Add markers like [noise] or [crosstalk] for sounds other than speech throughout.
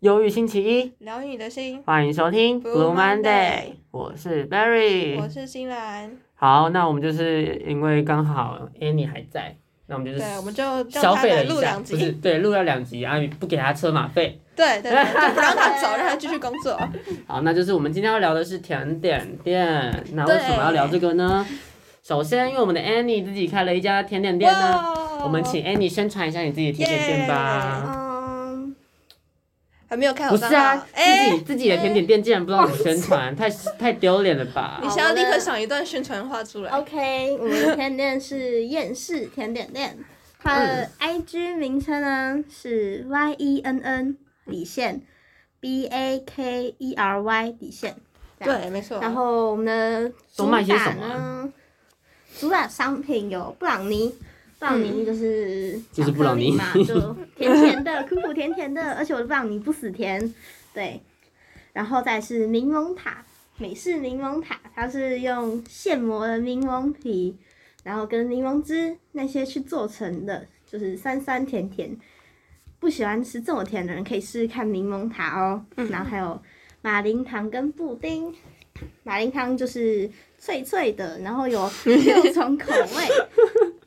忧郁星期一，疗愈你的心。欢迎收听 Blue Blue Monday Monday，我是 Barry 我。是新兰，好，那我们就是因为刚好 Annie 还在，那我们就是对，我们就叫消他费来了录一下，两不集，是对，录了两集啊，不给他车马费。对对对，就不让他 [laughs] 走，让他继续工 [laughs] 作。好，那就是我们今天要聊的是甜点店。那为什么要聊这个 [laughs] 呢？首先，因为我们的 Annie 自己开了一家甜点店呢，哇哦我们请 Annie 宣传一下你自己的甜点店吧。嗯，还没有看不我哎是账啊，号，哎自己自己的甜点店竟然不让你宣传，太太丢脸了吧你？好想要立我刻的想一段宣传话出来。 OK，我们的甜点是厌世甜点店，它嗯的 IG 名称呢是 Y E N N 底线，B A K E R Y 底线。对，啊没错。然后我们的哦都主卖打些什么啊呢，主打商品有布朗尼。布朗尼就是就是布朗尼巧克力 [laughs] 嘛，就甜甜的，苦苦甜甜的，而且我的布朗尼不死甜，对。然后再是柠檬塔，美式柠檬塔，它是用现磨的柠檬皮，然后跟柠檬汁那些去做成的，就是酸酸甜甜。不喜欢吃这么甜的人可以试试看柠檬塔哦。然后还有马铃糖跟布丁，马铃糖就是脆脆的，然后有六种口味，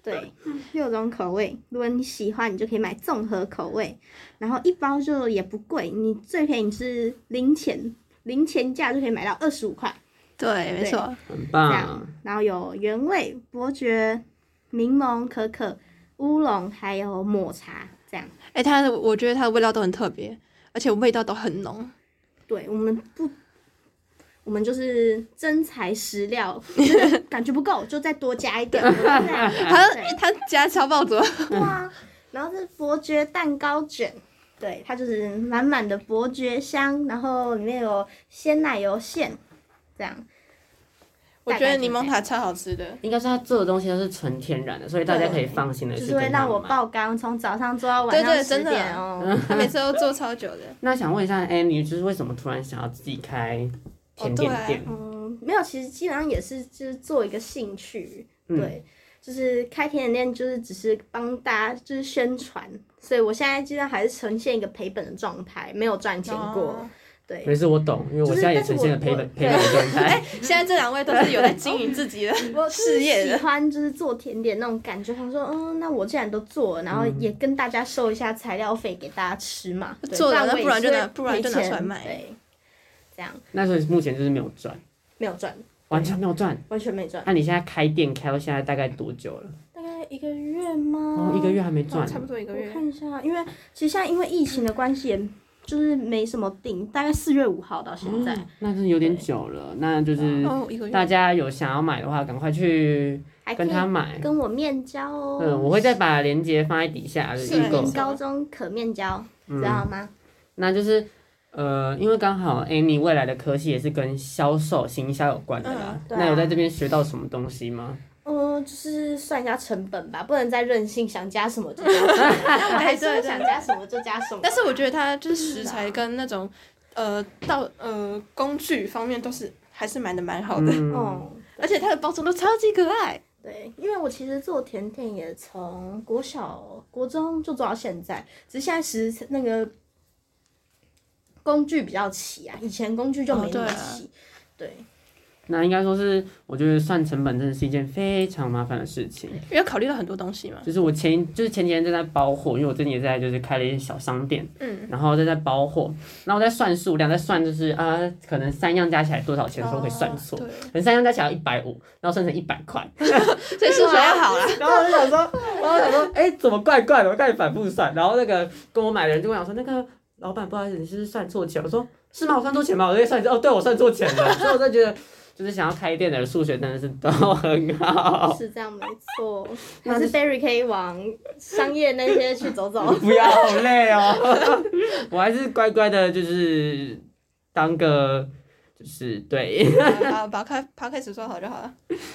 对，六种口味。如果你喜欢，你就可以买综合口味，然后一包就也不贵，你最便宜是零钱，零钱价就可以买到二十五块。对，没错。很这棒样。，然后有原味、伯爵、柠檬、可可、乌龙，还有抹茶这样。哎，它的我觉得它的味道都很特别，而且味道都很浓。对我们不，我们就是真材实料， [laughs] 感觉不够就再多加一点。我们这样啊它对它加超爆多，对啊，嗯然后是伯爵蛋糕卷，对，它就是满满的伯爵香，然后里面有鲜奶油馅，这样。我觉大概得是柠檬塔超好吃 [laughs] 的。应该说他做的东西都是纯天然的，所以大家可以放心的就去是会跟他让我们买。嗯爆肝，从早上做到对晚对上真十的点哦。他每次都做超久 [laughs] 的。那想问一下 Annie，就是为什么突然想要自己开哦甜点店？嗯，没有，其实基本上也是就是做一个兴趣，嗯对，就是开甜点店就是只是帮大家就是宣传，所以我现在基本上还是呈现一个赔本的状态，没有赚钱过，哦对，没事，我懂，因为我现在也呈现了赔本赔本的状态。 [laughs] 现在这两位都是有在经营自己的我就是事业的喜欢就是做甜点那种感觉，想说，嗯，那我既然都做了，然后也跟大家收一下材料费给大家吃嘛，对做了我那也不然就拿是会不然就拿赔钱出来卖对，这样那所以目前就是没有赚，没有赚，完全没有赚。完全没赚，那你现在开店开到现在大概多久了？大概一个月吗？哦，一个月还没 [laughs] 赚差。不多一个我月。看一下，因为其实现在因为疫情的关系，也就是没什么定，大概四月五号到现在。嗯啊哦那是有点久了。那就是哦，一个月。大家有想要买的话，赶快去还可跟以他买。跟我面交哦。嗯，我会再把链接放在底下，就是市预嗯购民。高中可面交，知道吗？那就是呃，因为刚好 Amy 未来的科系也是跟销售、行销有关的啦。嗯对啊那有在这边学到什么东西吗？嗯、就是算一下成本吧，不能再任性，想加什么就加什么。 [laughs] 那我还是会想加什么就加什么。但是我觉得它就是食材跟那种呃到呃工具方面都是还是买的蛮好的，嗯，哦、而且它的包装都超级可爱。对，因为我其实做甜点也从国小、国中就做到现在，只是现在时那个工具比较齐啊，以前工具就没哦那么对啊齐。对，那应该说是，我觉得算成本真的是一件非常麻烦的事情。啊因为考虑到很多东西嘛。就是我前就是前几天正在包货，因为我最近也在就是开了一些小商店，嗯，然后正在包货，然后在算数量，在算就是啊、可能三样加起来多少钱的时候会算错，哦可能三样加起来一百五，然后算成一百块，对，所以数学要好啦。然后我就想说，然后我想说，哎、怎么怪怪的？我开始反复算，然后那个跟我买的人就跟我讲说，那个老板不好意思，你是不是算错钱？我说是吗？我算错钱吗？我在算一次，哦，对，我算错钱了。所以我就觉得，就是想要开店的人数学真的是都很 [laughs] 好。是这样没 [laughs] 错。那还就是。Barry 可以往商业那些去走走不要，好累哦。 [laughs] 我还是乖乖的，就是当个，就是对。嗯把把开把开始做好就好了。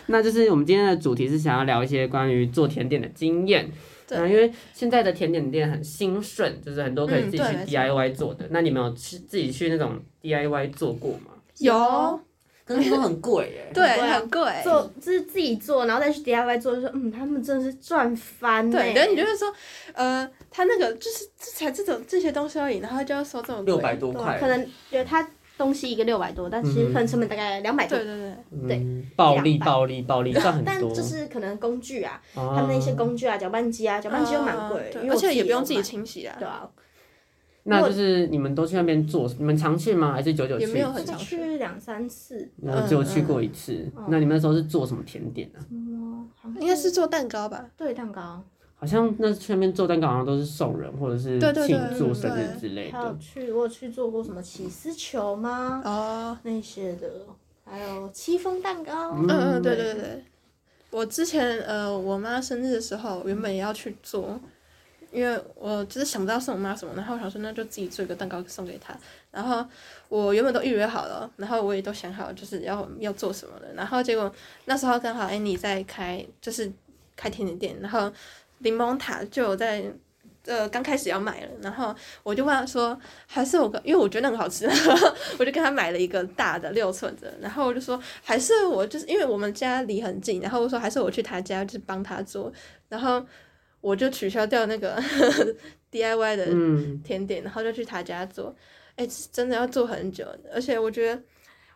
那就是我们今天的主题是想要聊一些关于做甜点的经验。对嗯因为现在的甜点店很兴盛，就是很多可以自己去嗯对没错 [laughs] DIY 做的。那你们有去自己去那种 DIY 做过吗？有，可是那很贵耶。对，贵啊很贵。做就是自己做，然后再去 DIY 做，就说嗯，他们真的是赚翻欸呢、对，然后你就会说，呃，他那个就是这才这种这些东西而已，然后就要收这么贵六百多块啊可，能觉得他东西一个六百多，但其实分成本大概两百多对。对对，对嗯，暴力200暴力暴力赚很但多，哦就是可能工具啊，他他们那些工具啊，搅拌机啊，搅拌机又蛮贵啊，因对为我而且也不用有自己买清洗啊对。啊，那就是你们都去那边做，你们常去吗？还是久久去？也没有很我常去两三次，我只有去过一次。嗯嗯那你们那时候是做什么甜点啊？嗯，好像应该是做蛋糕吧？对蛋糕，好像那去那边做蛋糕，好像都是送人或者是对对对庆对祝对生日之类还有的。去我有去做过什么起司球吗？哦，那些的，还有戚风蛋糕，嗯嗯嗯，对对对。我之前呃，我妈生日的时候，原本也要去做，因为我就是想不到送我妈什么，然后我想说那就自己做一个蛋糕送给她。然后我原本都预约好了，然后我也都想好就是要要做什么的，然后结果那时候刚好 Annie 在开就是开甜点店，然后柠檬塔就有在。呃，刚开始要买了，然后我就问她说，还是我跟，因为我觉得那个好吃，我就跟她买了一个大的六寸的，然后我就说，还是我就是因为我们家离很近，然后我说还是我去他家就是帮他做，然后我就取消掉那个 [laughs] DIY 的嗯，甜点，然后就去他家做。哎、是真的要做很久，而且我觉得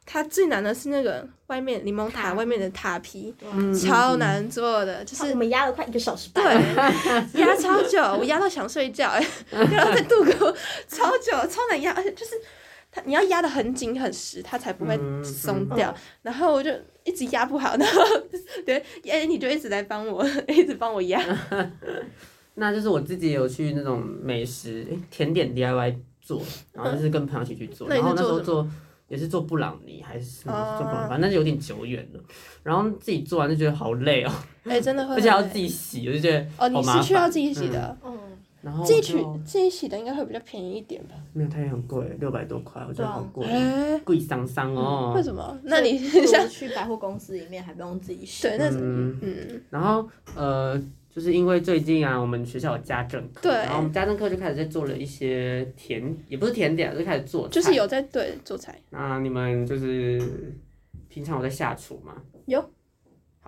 它最难的是那个外面柠檬塔塔外面的塔皮，嗯超。难做的，就好是我。们压了快一个小时对半，，压超 [laughs] 久，我压到想睡觉、哎，压到在肚沟，超久，超难压，而且就是它你要压的很紧很实，它才不会嗯嗯松掉。然后我就一直压不好，然后对，哎，你就一直在帮我， [laughs] 一直帮我压。那就是我自己有去那种美食诶甜点 DIY 做，然后就是跟朋友一起去做，那你然是后那时候做什么做也是做布朗尼还是什么哦做布朗尼，反正有点久远了。然后自己做完就觉得好累哦，哎，真的会很而累，且还要自己洗，我就觉得好哦，你麻是需要烦。自己洗的，嗯，然后自己我取就自己洗的应该会比较便宜一点吧？没有，它也很贵，六百多块，我觉对得啊好贵，哎，贵桑桑哦嗯为。什么？那你 [laughs] 不像如去百货公司里面还不用自己洗，对那嗯嗯，然后呃，就是因为最近啊，我们学校有家政课，对然后我们家政课就开始在做了一些甜，也不是甜点，就开始做菜。就是有在对做菜，那你们就是平常有在下厨吗？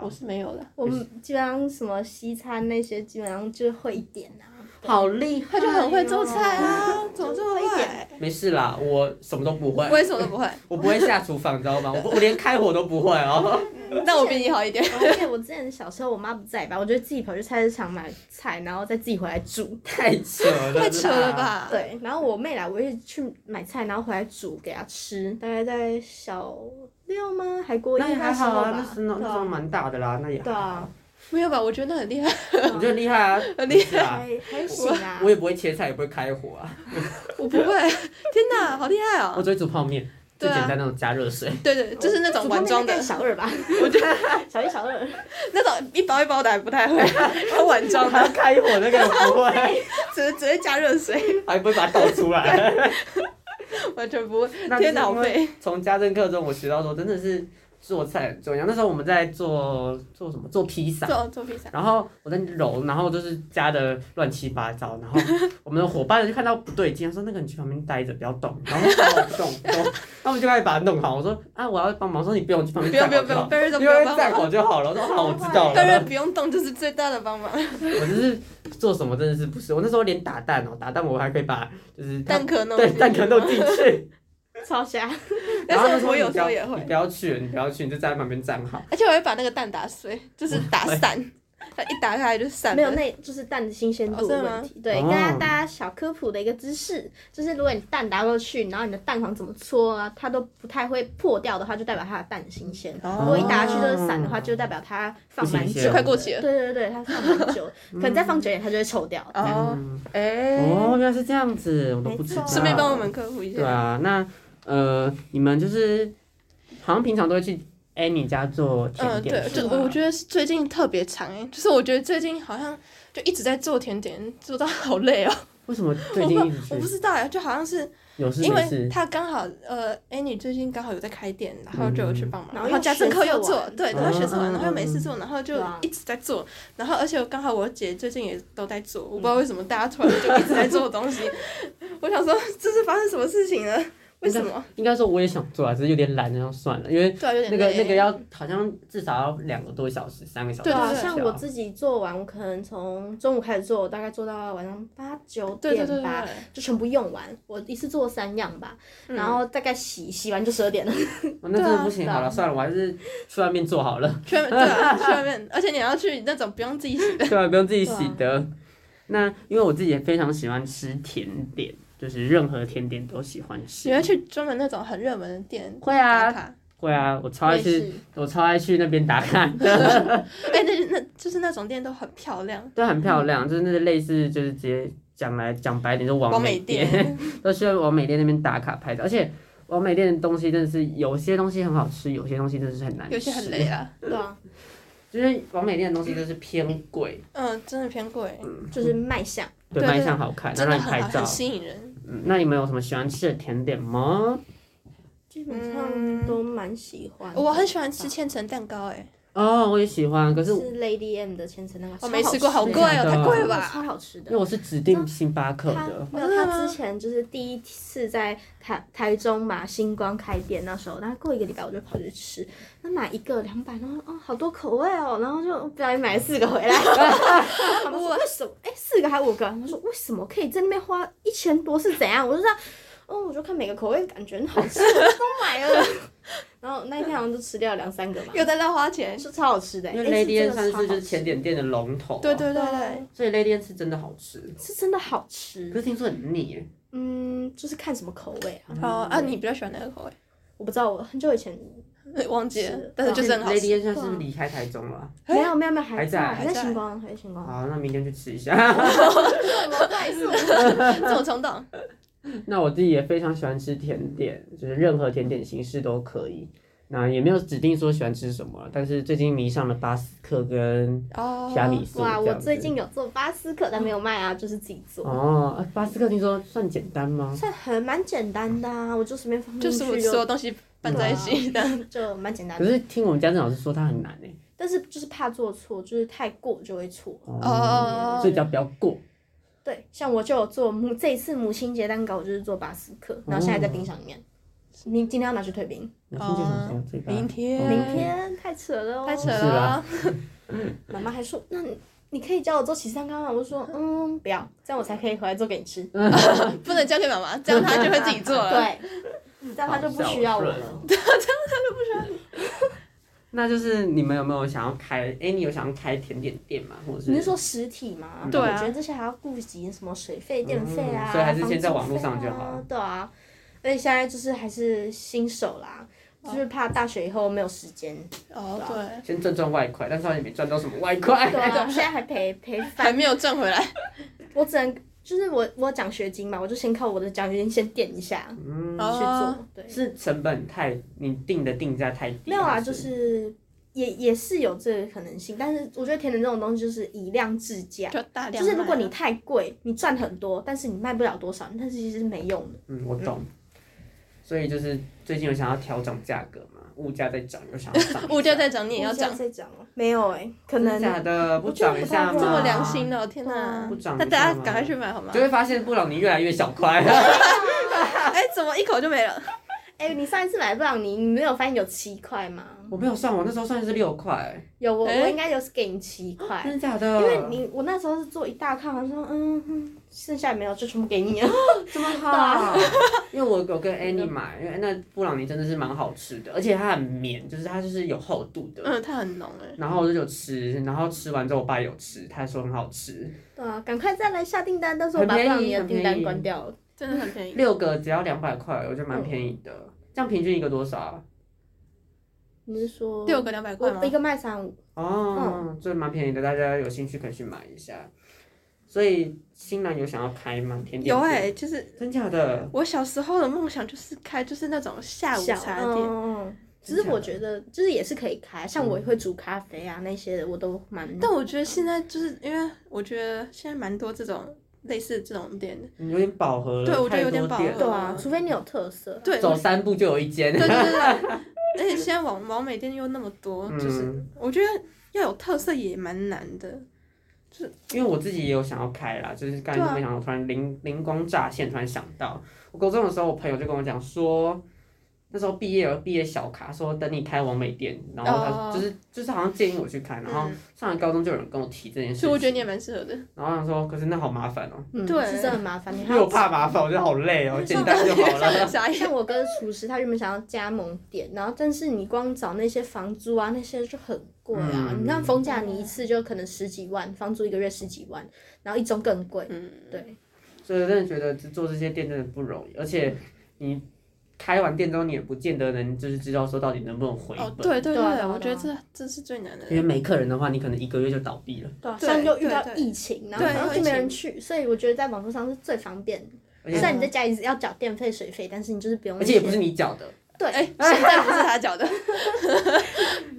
我是没有的。我们基本上什么西餐那些基本上就会一点啊，好厉害他就很会做菜哦啊，嗯怎么这么会？没事啦，我什么都不会，我也什么都不 [laughs] 会，我不会下厨房，你知道 [laughs] 吗？我不我连开火都不会哦。 [laughs] 那我比你好一点。而且我之前小时候我妈不在吧，我就自己跑去菜市场买菜，然后再自己回来煮。太扯了，太扯了！啊吧？，对，然后我妹来，我也去买菜，然后回来煮给她吃。大概在小六吗？还国一那也还时好候啊，吧那时候那时候蛮大的啦，那也对啊，没有吧？我觉得很厉害， [laughs] 我觉得厉害啊，很厉害啊！还还行啊我。也不会切菜，也不会开火啊，我不会。天哪，好厉害我哦！只会煮泡面，最对啊简单那种加热水。对对，就是那种煮碗泡面装大概的，小二吧，我觉得小一小二，那种一包一包的还不 [laughs] 太会，要碗装还要的，开火那个不 [laughs] 会，只只会加热水，还不会把它倒出 [laughs] 来。完全不会。那就是天哪，因好为背。从家政课中我学到说，真的是做菜很重要。那时候我们在做做什么？做披萨。做做啊披萨，然后我在揉，然后就是加的乱七八糟，然后 [laughs] 我们的伙伴就看到不对劲，他说那个你去旁边待着，不要动，然 [laughs] 后说哦不动不动，那我们就开始把它弄好。我说啊我要帮忙，我 [laughs] 说你不用，你去旁不边用站不用好就好，不用，贝瑞都因不用为帮站忙，好就好了。我说好，我知道贝瑞了。不用动就是最大的帮 [laughs] 忙。我就是做什么真的是不是，我那时候连打蛋哦，打蛋我还可以把就是它蛋壳弄对 [laughs] 蛋壳弄进去。 [laughs] 超瞎。然后他但就是说我你有不时候要也会你，不要去了，你不要去，你就在旁边站好。而且我会把那个蛋打碎，就是打散，它一打开来就散了。没有，那就是蛋的新鲜哦度的真的吗问题。对，哦跟大家大家小科普的一个知识，就是如果你蛋打过去，然后你的蛋黄怎么搓啊，它都不太会破掉的话，就代表它的蛋新鲜。如果一打下去就是散的话，就代表它放蛮哦不新鲜嗯就久这。快过期对了。对对，它放蛮 [laughs] 久，可能再放久一点它就会臭掉。哦，嗯哎，哦，原来是这样子，我都不知道。没错顺便帮我们科普一对下。啊，那呃，你们就是好像平常都会去 Annie 家做甜嗯，点，对，是就吗我觉得是最近特别长哎，就是我觉得最近好像就一直在做甜点，做到 [laughs] 好累哦。为什么最我近一不直我不去？知道哎，就好像是有事因没为事，他刚好呃，Annie 最近刚好有在开店，然后就有去帮忙，嗯然后家政课又然后又学做做，完对，然后学做嗯完，嗯然后又没事做，然后就对啊一直在做，然后而且刚好我姐最近也都在做，嗯 [laughs] 我不知道为什么大家突然就一直在做东西，我想说这是发生什么事情了。为什么？应该说我也想做啊，只是有点懒，然后算了，因为对啊，有点那个累那个要好像至少要两个多小时，三个小时对起对跳。对啊像我自己做完，我可能从中午开始做，我大概做到晚上八九对对对点对吧，对，就全部用完。我一次做三样吧，嗯然后大概洗洗完就十二点了。我哦那真的不对行，啊好了算了，我还是去外面做好了， [laughs] 去外面对啊，去外面，而且你要去那种不用自己洗的，对啊，不用自己洗的。那因为我自己也非常喜欢吃甜点，就是任何甜点都喜欢吃你。会去专门那种很热门的店会啊打卡。会啊，我超我爱也去，是，我超爱去那边打卡的，哎，那那就是那种店都很漂亮，都很漂嗯亮，就是那类似就是直接讲来讲白点，就完王美美店店。 [laughs] 都去往美店那边打卡拍照，而且往美店的东西真的是有些东西很好吃，有些东西真的是很难吃，有些很累啊，对啊， [laughs] 就是往美店的东西都是偏贵，嗯，真的偏贵，就是卖相。对对卖相好看，然真后的让你很拍好，照很。吸引人。嗯，那你们有什么喜欢吃的甜点吗？基本上都蛮喜欢的。我很喜欢吃千层蛋糕，哎，哦，我也喜欢，可是是因 Lady M 的千层蛋糕，我超没吃过，好好贵真哦，的太贵了吧？吧？超好吃的为。我是指定星巴克他的，没有，真的他吗之前就是第一次在台台中嘛星光开店那时候，然后过一个礼拜我就跑去吃，那买一个两百，然后哦好多口味哦，然后就不小心买了四个回来， [laughs] 我妈说为什么？哎，四个还五个？我说为什么可以在那边花一千多是怎样？我就这样，哦，我就看每个口味感觉很好吃，我都买了， [laughs] 然后那一天好像就吃掉两三个吧，又在乱花钱，是超好吃的，因为哎 Lady N 真的算是超就好是吃甜点店的龙头、啊，对对对对对，所以 Lady N 是真的好吃，是真的好可吃，是听说很腻耶。嗯，就是看什么口味啊。哦啊，你比较喜欢哪个口我不知道，我很久以前味？忘记是了的，但是就是很好吃。 Lady N 现在是不是离开台中了啊？没有没有没有还还在还还在在星光还在 [laughs] 星光，好，那明天去吃一下。 [laughs] [laughs] 这么冲动，那我自己也非常喜欢吃甜点，就是任何甜点形式都可以。那也没有指定说喜欢吃什么，但是最近迷上了巴斯克跟哦，虾米素、哇！这我样子最近有做巴斯克，但没有卖啊，就是自己做，哦，啊巴斯克听说算简单吗？算很蛮简单的啊，我就随便放就进是我去所有就啊东西拌在一起嗯的， [laughs] 就蛮简单可的。是听我们家政老师说它很难欸诶、但是就是怕做错，就是太过就会错。哦所以只要不要过。对，像我就有做母这一次母亲节蛋糕，我就是做巴斯克，然后现在在冰箱里面。哦你今天要拿去退冰，我听见什么这个啊？明天嗯哦明天太扯了哦！太扯是了啦。妈妈还说，那你你可以教我做起司蛋糕吗？我说，嗯，不要，这样我才可以回来做给你吃。不能交给妈妈，这样她就会自己做了。对，这样他就不需要 [laughs] 我了。对，这样他就不需要。 [laughs] 那就是你们有没有想要开？哎、你有想要开甜点店吗？或者是你是说实体吗？对啊我觉得这些还要顾及什么水费、电费啊、嗯所以还是先在房租网络上费啊就好了对啊，而且现在就是还是新手啦，就是怕大学以后没有时间。哦，对，先赚赚外快，但是好像也没赚到什么外快。对啊，现在还赔赔还饭，没有赚回来。我只能就是我我奖学金嘛，我就先靠我的奖学金先垫一下去啊哦做。对， [laughs] 是成本太，你定的定价太低。没有啊，还就是。也也是有这个可能性，但是我觉得甜点这种东西就是以量制价，就大量卖啊。。就是如果你太贵，你赚很多，但是你卖不了多少，但是其实是没用的。嗯，我懂。所以就是最近有想要调整价格嘛，物价在涨，有想要涨 [laughs] 物价在涨，你也要 [laughs] 物价涨，在涨哦，没有哎、可真的能假的不涨一下吗？我觉这得不太会么良心啊哦！天哪不涨！那一下吗大家赶快去买好吗就？会发现布朗尼越来越小块。[laughs] [laughs] 哎，怎么一口就没了？哎、你上一次买布朗尼，你没有发现有七块吗？我没有算，我那时候算是六块，有我、哎我应该有给你七块，真的假的？哎因为你我那时候是做一大看，我说嗯，嗯剩下没有就全部给你了。 [laughs] 这么好，啊 [laughs] 因为我有跟 Annie 买，因为那布朗尼真的是蛮好吃的，而且它很绵，就是它就是有厚度的。嗯，它很浓哎。然后我就有吃，然后吃完之后我爸有吃，他说很好吃，对啊，赶快再来下订单，但是我把很布便宜朗尼的很便宜订单关掉了。真的很便宜，六个只要两百块，我觉得蛮便宜的。这样平均一个多少啊？你是说 [laughs] 六个两百块吗我一？个卖三五？嗯哦，这蛮便宜的，大家有兴趣可以去买一下。所以新兰有想要开吗？甜点店有哎，，就是真假的？我小时候的梦想就是开就是那种下午小茶嗯店，嗯嗯只是我觉得，就是也是可以开，像嗯我也会煮咖啡啊那些的，我都蛮。但我觉得现在就是因为我觉得现在蛮多这种类似这种店的，嗯有点饱和了，对我觉得有太点多饱和店对了啊，除非你有特色。对，走我三步就有一间。对对对对， [laughs] 而且现在网网美店又那么多，就是嗯，我觉得要有特色也蛮难的。因为我自己也有想要开啦，就是刚才对啊没想到，突然灵灵光乍现，突然想到，我高中的时候，我朋友就跟我讲说，那时候毕业有毕业小卡，说等你开完美店，然后他哦就是、就是好像建议我去开，然后嗯上了高中就有人跟我提这件事情，所以我觉得你也啊蛮适合的。然后我想说，可是那好麻烦哦、嗯对是真的麻烦，你因还为我要怕麻烦，我觉得好累 [laughs] 哦、简单就好了。傻 [laughs] 眼。像我跟厨师，他原本想要加盟店，然后但是你光找那些房租啊那些就很贵啊，嗯你那逢甲你一次就可能十几万，房租一个月十几万，然后一周更贵，嗯，对，所以我真的觉得做这些店真的不容易，而嗯且你开完店之后，你也不见得能就是知道说到底能不能回本。哦，对对对啊对对，啊我觉得对这这是最难的。因为没客人的话，你可能一个月就倒闭了，对啊对像又遇到对对疫情，然后对然后疫就没情人去，所以我觉得在网络上是最方便的。而虽且然你在家里要缴电费、水费，但是你就是不用那而些，且也不是你缴的，对， [laughs] 哎，现在不是他缴的。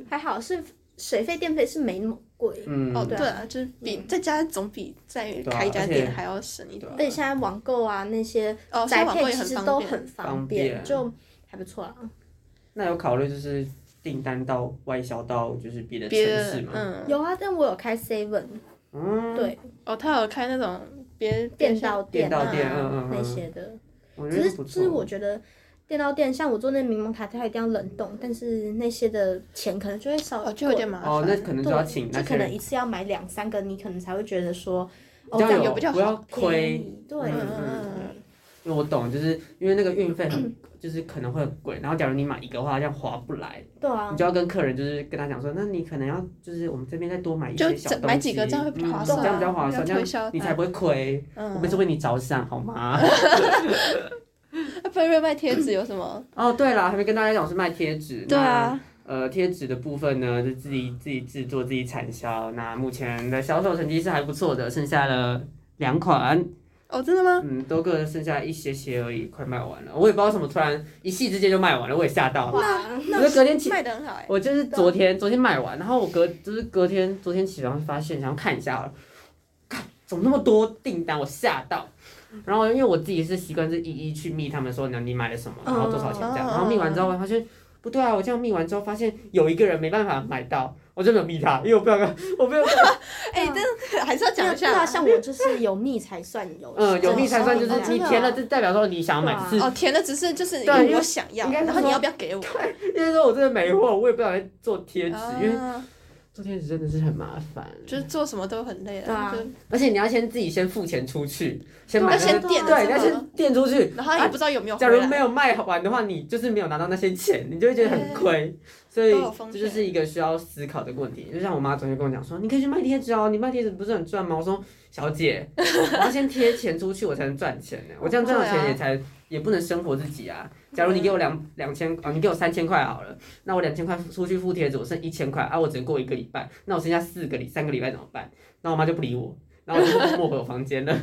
还好是水费、电费是没那么贵。嗯，哦，对对啊啊，就是比在家总比在对啊开一家而且店还要省一点。对，现在网购啊那些哦，现宅在网购配也其很实方便。都嗯很方方便就还不错啊。那有考虑就是订单到外销到就是别的城别市的吗？嗯，有啊，但我有开 seven 嗯，对哦，他有开那种别电到店到啊店，嗯嗯那嗯，些的，我觉只得是不就是我错。觉得电到店，像我做那柠檬塔，它一定要冷冻，但是那些的钱可能就会少，哦，就有点麻烦。哦，那可能就要请对，那就些可能人，一次要买两三个，你可能才会觉得说，这哦，这样样有比较不要好亏便。宜，对，嗯嗯嗯因为我懂，就是因为那个运费 [clears throat] 很，就是可能会很贵。然后假如你买一个的话，这样划不来。对啊嗯你，就要跟客人就是跟他讲说，那你可能要就是我们这边再多买一些就小整东西，买几个这样会比较划嗯算啊这样比较划比较算，推这销样你才不会亏。我们嗯，是为你着想，好 [laughs] 吗？那贝瑞啊卖贴纸有什么？哦，对了，还没跟大家讲，我是卖贴纸。对啊，那。呃，贴纸的部分呢，就自己自己制作、自己产销。那目前的销售成绩是还不错的，剩下了两款，哦，真的吗？ [laughs] 嗯，都各剩下一些些而已，快卖完了。我也不知道为什么突然一夕之间就卖完了，我也吓到了。哇，我就隔天起卖的很好啊哎。我就是昨天昨天买完，然后我隔就是隔天昨天起床发现，想要看一下好了，看怎么那么多订单，我吓到。然后因为我自己是习惯是一一去密他们说，那你买了什么，然后多少钱这样。嗯然后密完之后，我发现不对啊，我这样密完之后发现有一个人没办法买到，我就没有密他，因为我不想跟，我 [laughs] 不想跟，哎，但还是要讲一那对下啊，。像我就是有密才算有，嗯，有密才算就哦是真你的啊填了，就代表说你想要买，对啊是哦，填的只是就是对因为我想要，应该是然后你说要不要给我？因为说我真的没货，我也不想再做贴纸，因为啊做贴纸真的是很麻烦，就是做什么都很累对啊啊，就而且你要先自己先付钱出去，先买要那个啊先垫对，的你时要候，先垫出去。啊然后也不知道有没有假回如来。没有卖完的话，你就是没有拿到那些钱，你就会觉得很亏。所以嗯都有风这险就是一个需要思考的问题。就像我妈昨天跟我讲说，你可以去卖贴纸哦，你卖贴纸不是很赚吗？我说小 [laughs] 姐，我要先贴钱出去，我才能赚钱呢。我这样赚到钱也才、也不能生活自己啊。假如你给我两两千啊，你给我三千块好了，那我两千块出去付贴纸，我剩一千块啊，我只能过一个礼拜，那我剩下四个礼三个礼拜怎么办？然后我妈就不理我，然后我就默默回我房间了。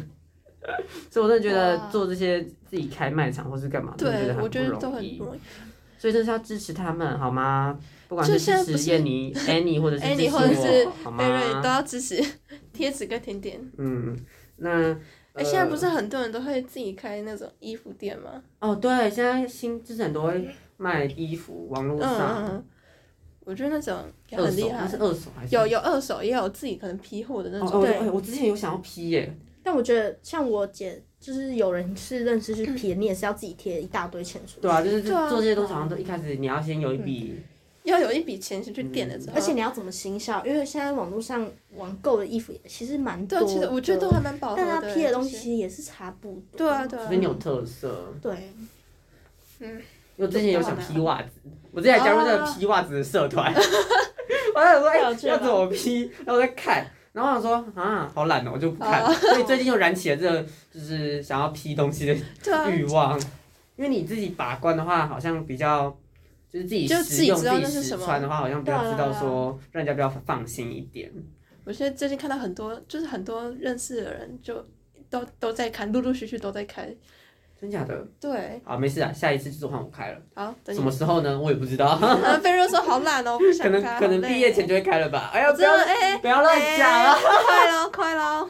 [laughs] 所以我真的觉得哇做这些自己开卖场或是干嘛，真对，的我觉觉得得都很不很容易不。容易。所以真是要支持他们好吗？不管就是现在支不持是燕妮、Annie 或者是 Annie 支持或者是我好贝瑞都吗？要支持贴纸跟甜点。嗯，那哎，呃现在不是很多人都会自己开那种衣服店吗？哦，对，现在新就是很多会卖衣服，网络嗯嗯上嗯，我觉得那种也二很手厉，那害是。啊二手还是有？有二手，也有自己可能批货的那哦种。哦，对哎我之前有想要批耶，但我觉得像我姐，就是有人是认识是嗯撇，你也是要自己贴一大堆钱出去，对啊，就是对啊嗯做这些东西好像都一开始你要先有一笔，要有一笔钱先去垫了之后。而且你要怎么行销？因为现在网络上网购的衣服也其实蛮多对，啊的，其实我觉得都还蛮饱和但它的。批的东就西是其实也是差不多。对啊，对啊除非。你有特色。对，因为我之前有想批袜子，我之前还加入那个哦批袜子的社 [laughs] 团，我在想说哎了解了要怎么批，然后我在看，然后我想说啊好懒哦，我就不看了。所以最近又燃起了这个就是想要批东 [laughs] 西的对啊，欲望，因为你自己把关的话，好像比较。就是自己就自使己用、知道自己那是实什么穿的话，好像比较知对啊道对啊说，让人家比较放心一点。我现在最近看到很多，就是很多认识的人就都都在开，陆陆续续都在开。真假的？对，好，没事啊，下一次就是换我开了。好，等什你么。时候呢？我也不知道，然后菲瑞呃说好懒哦，我不想可能开可好能累毕业前就会开了吧。哎呀，我不真的要哎，不要乱讲啊！哎 [laughs] 快喽快喽！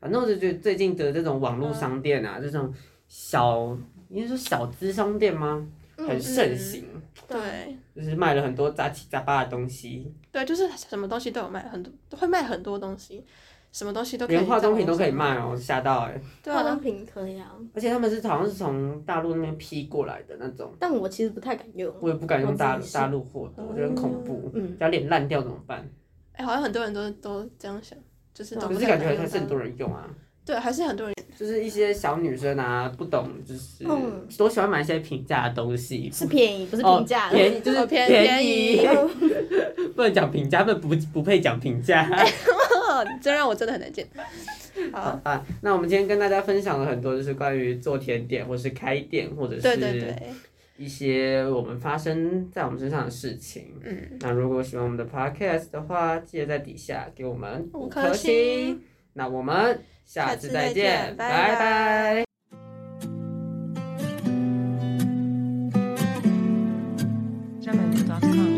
反正我就觉得最近的这种网络商店啊，这种小，应该说小资商店吗？嗯很盛行，对就是卖了很多杂七杂八的东西。对，就是什么东西都有卖，很多会卖很多东西，什么东西都可以。连化妆品都可以。卖哦，吓到哎、对化妆啊，品可以啊，而且他们是好像是从大陆那边批过来的那种，但我其实不太敢用。我也不敢用大我陆自己是大陆货的，我觉得很恐怖。嗯，要脸烂掉怎么办？哎、好像很多人都都这样想，就是可都不是太感敢觉用还是到很多人用啊，对，还是很多人 [laughs] 就是一些小女生啊，不懂就是嗯都喜欢买一些平价的东西，是便宜，不是哦平价。便宜就是哦便便宜宜， [laughs] 不能讲平价，不不不配讲平价。 [laughs] 哦，这让我真的很难见。[laughs] 好，好啊，那我们今天跟大家分享了很多，就是关于做甜点，或是开店，或者对对是对，一些我们发生在我们身上的事情。嗯，那如果喜欢我们的 podcast 的话，记得在底下给我们五五颗颗星星。那我们下下次次再再见见，拜拜拜拜。 jamendo.com.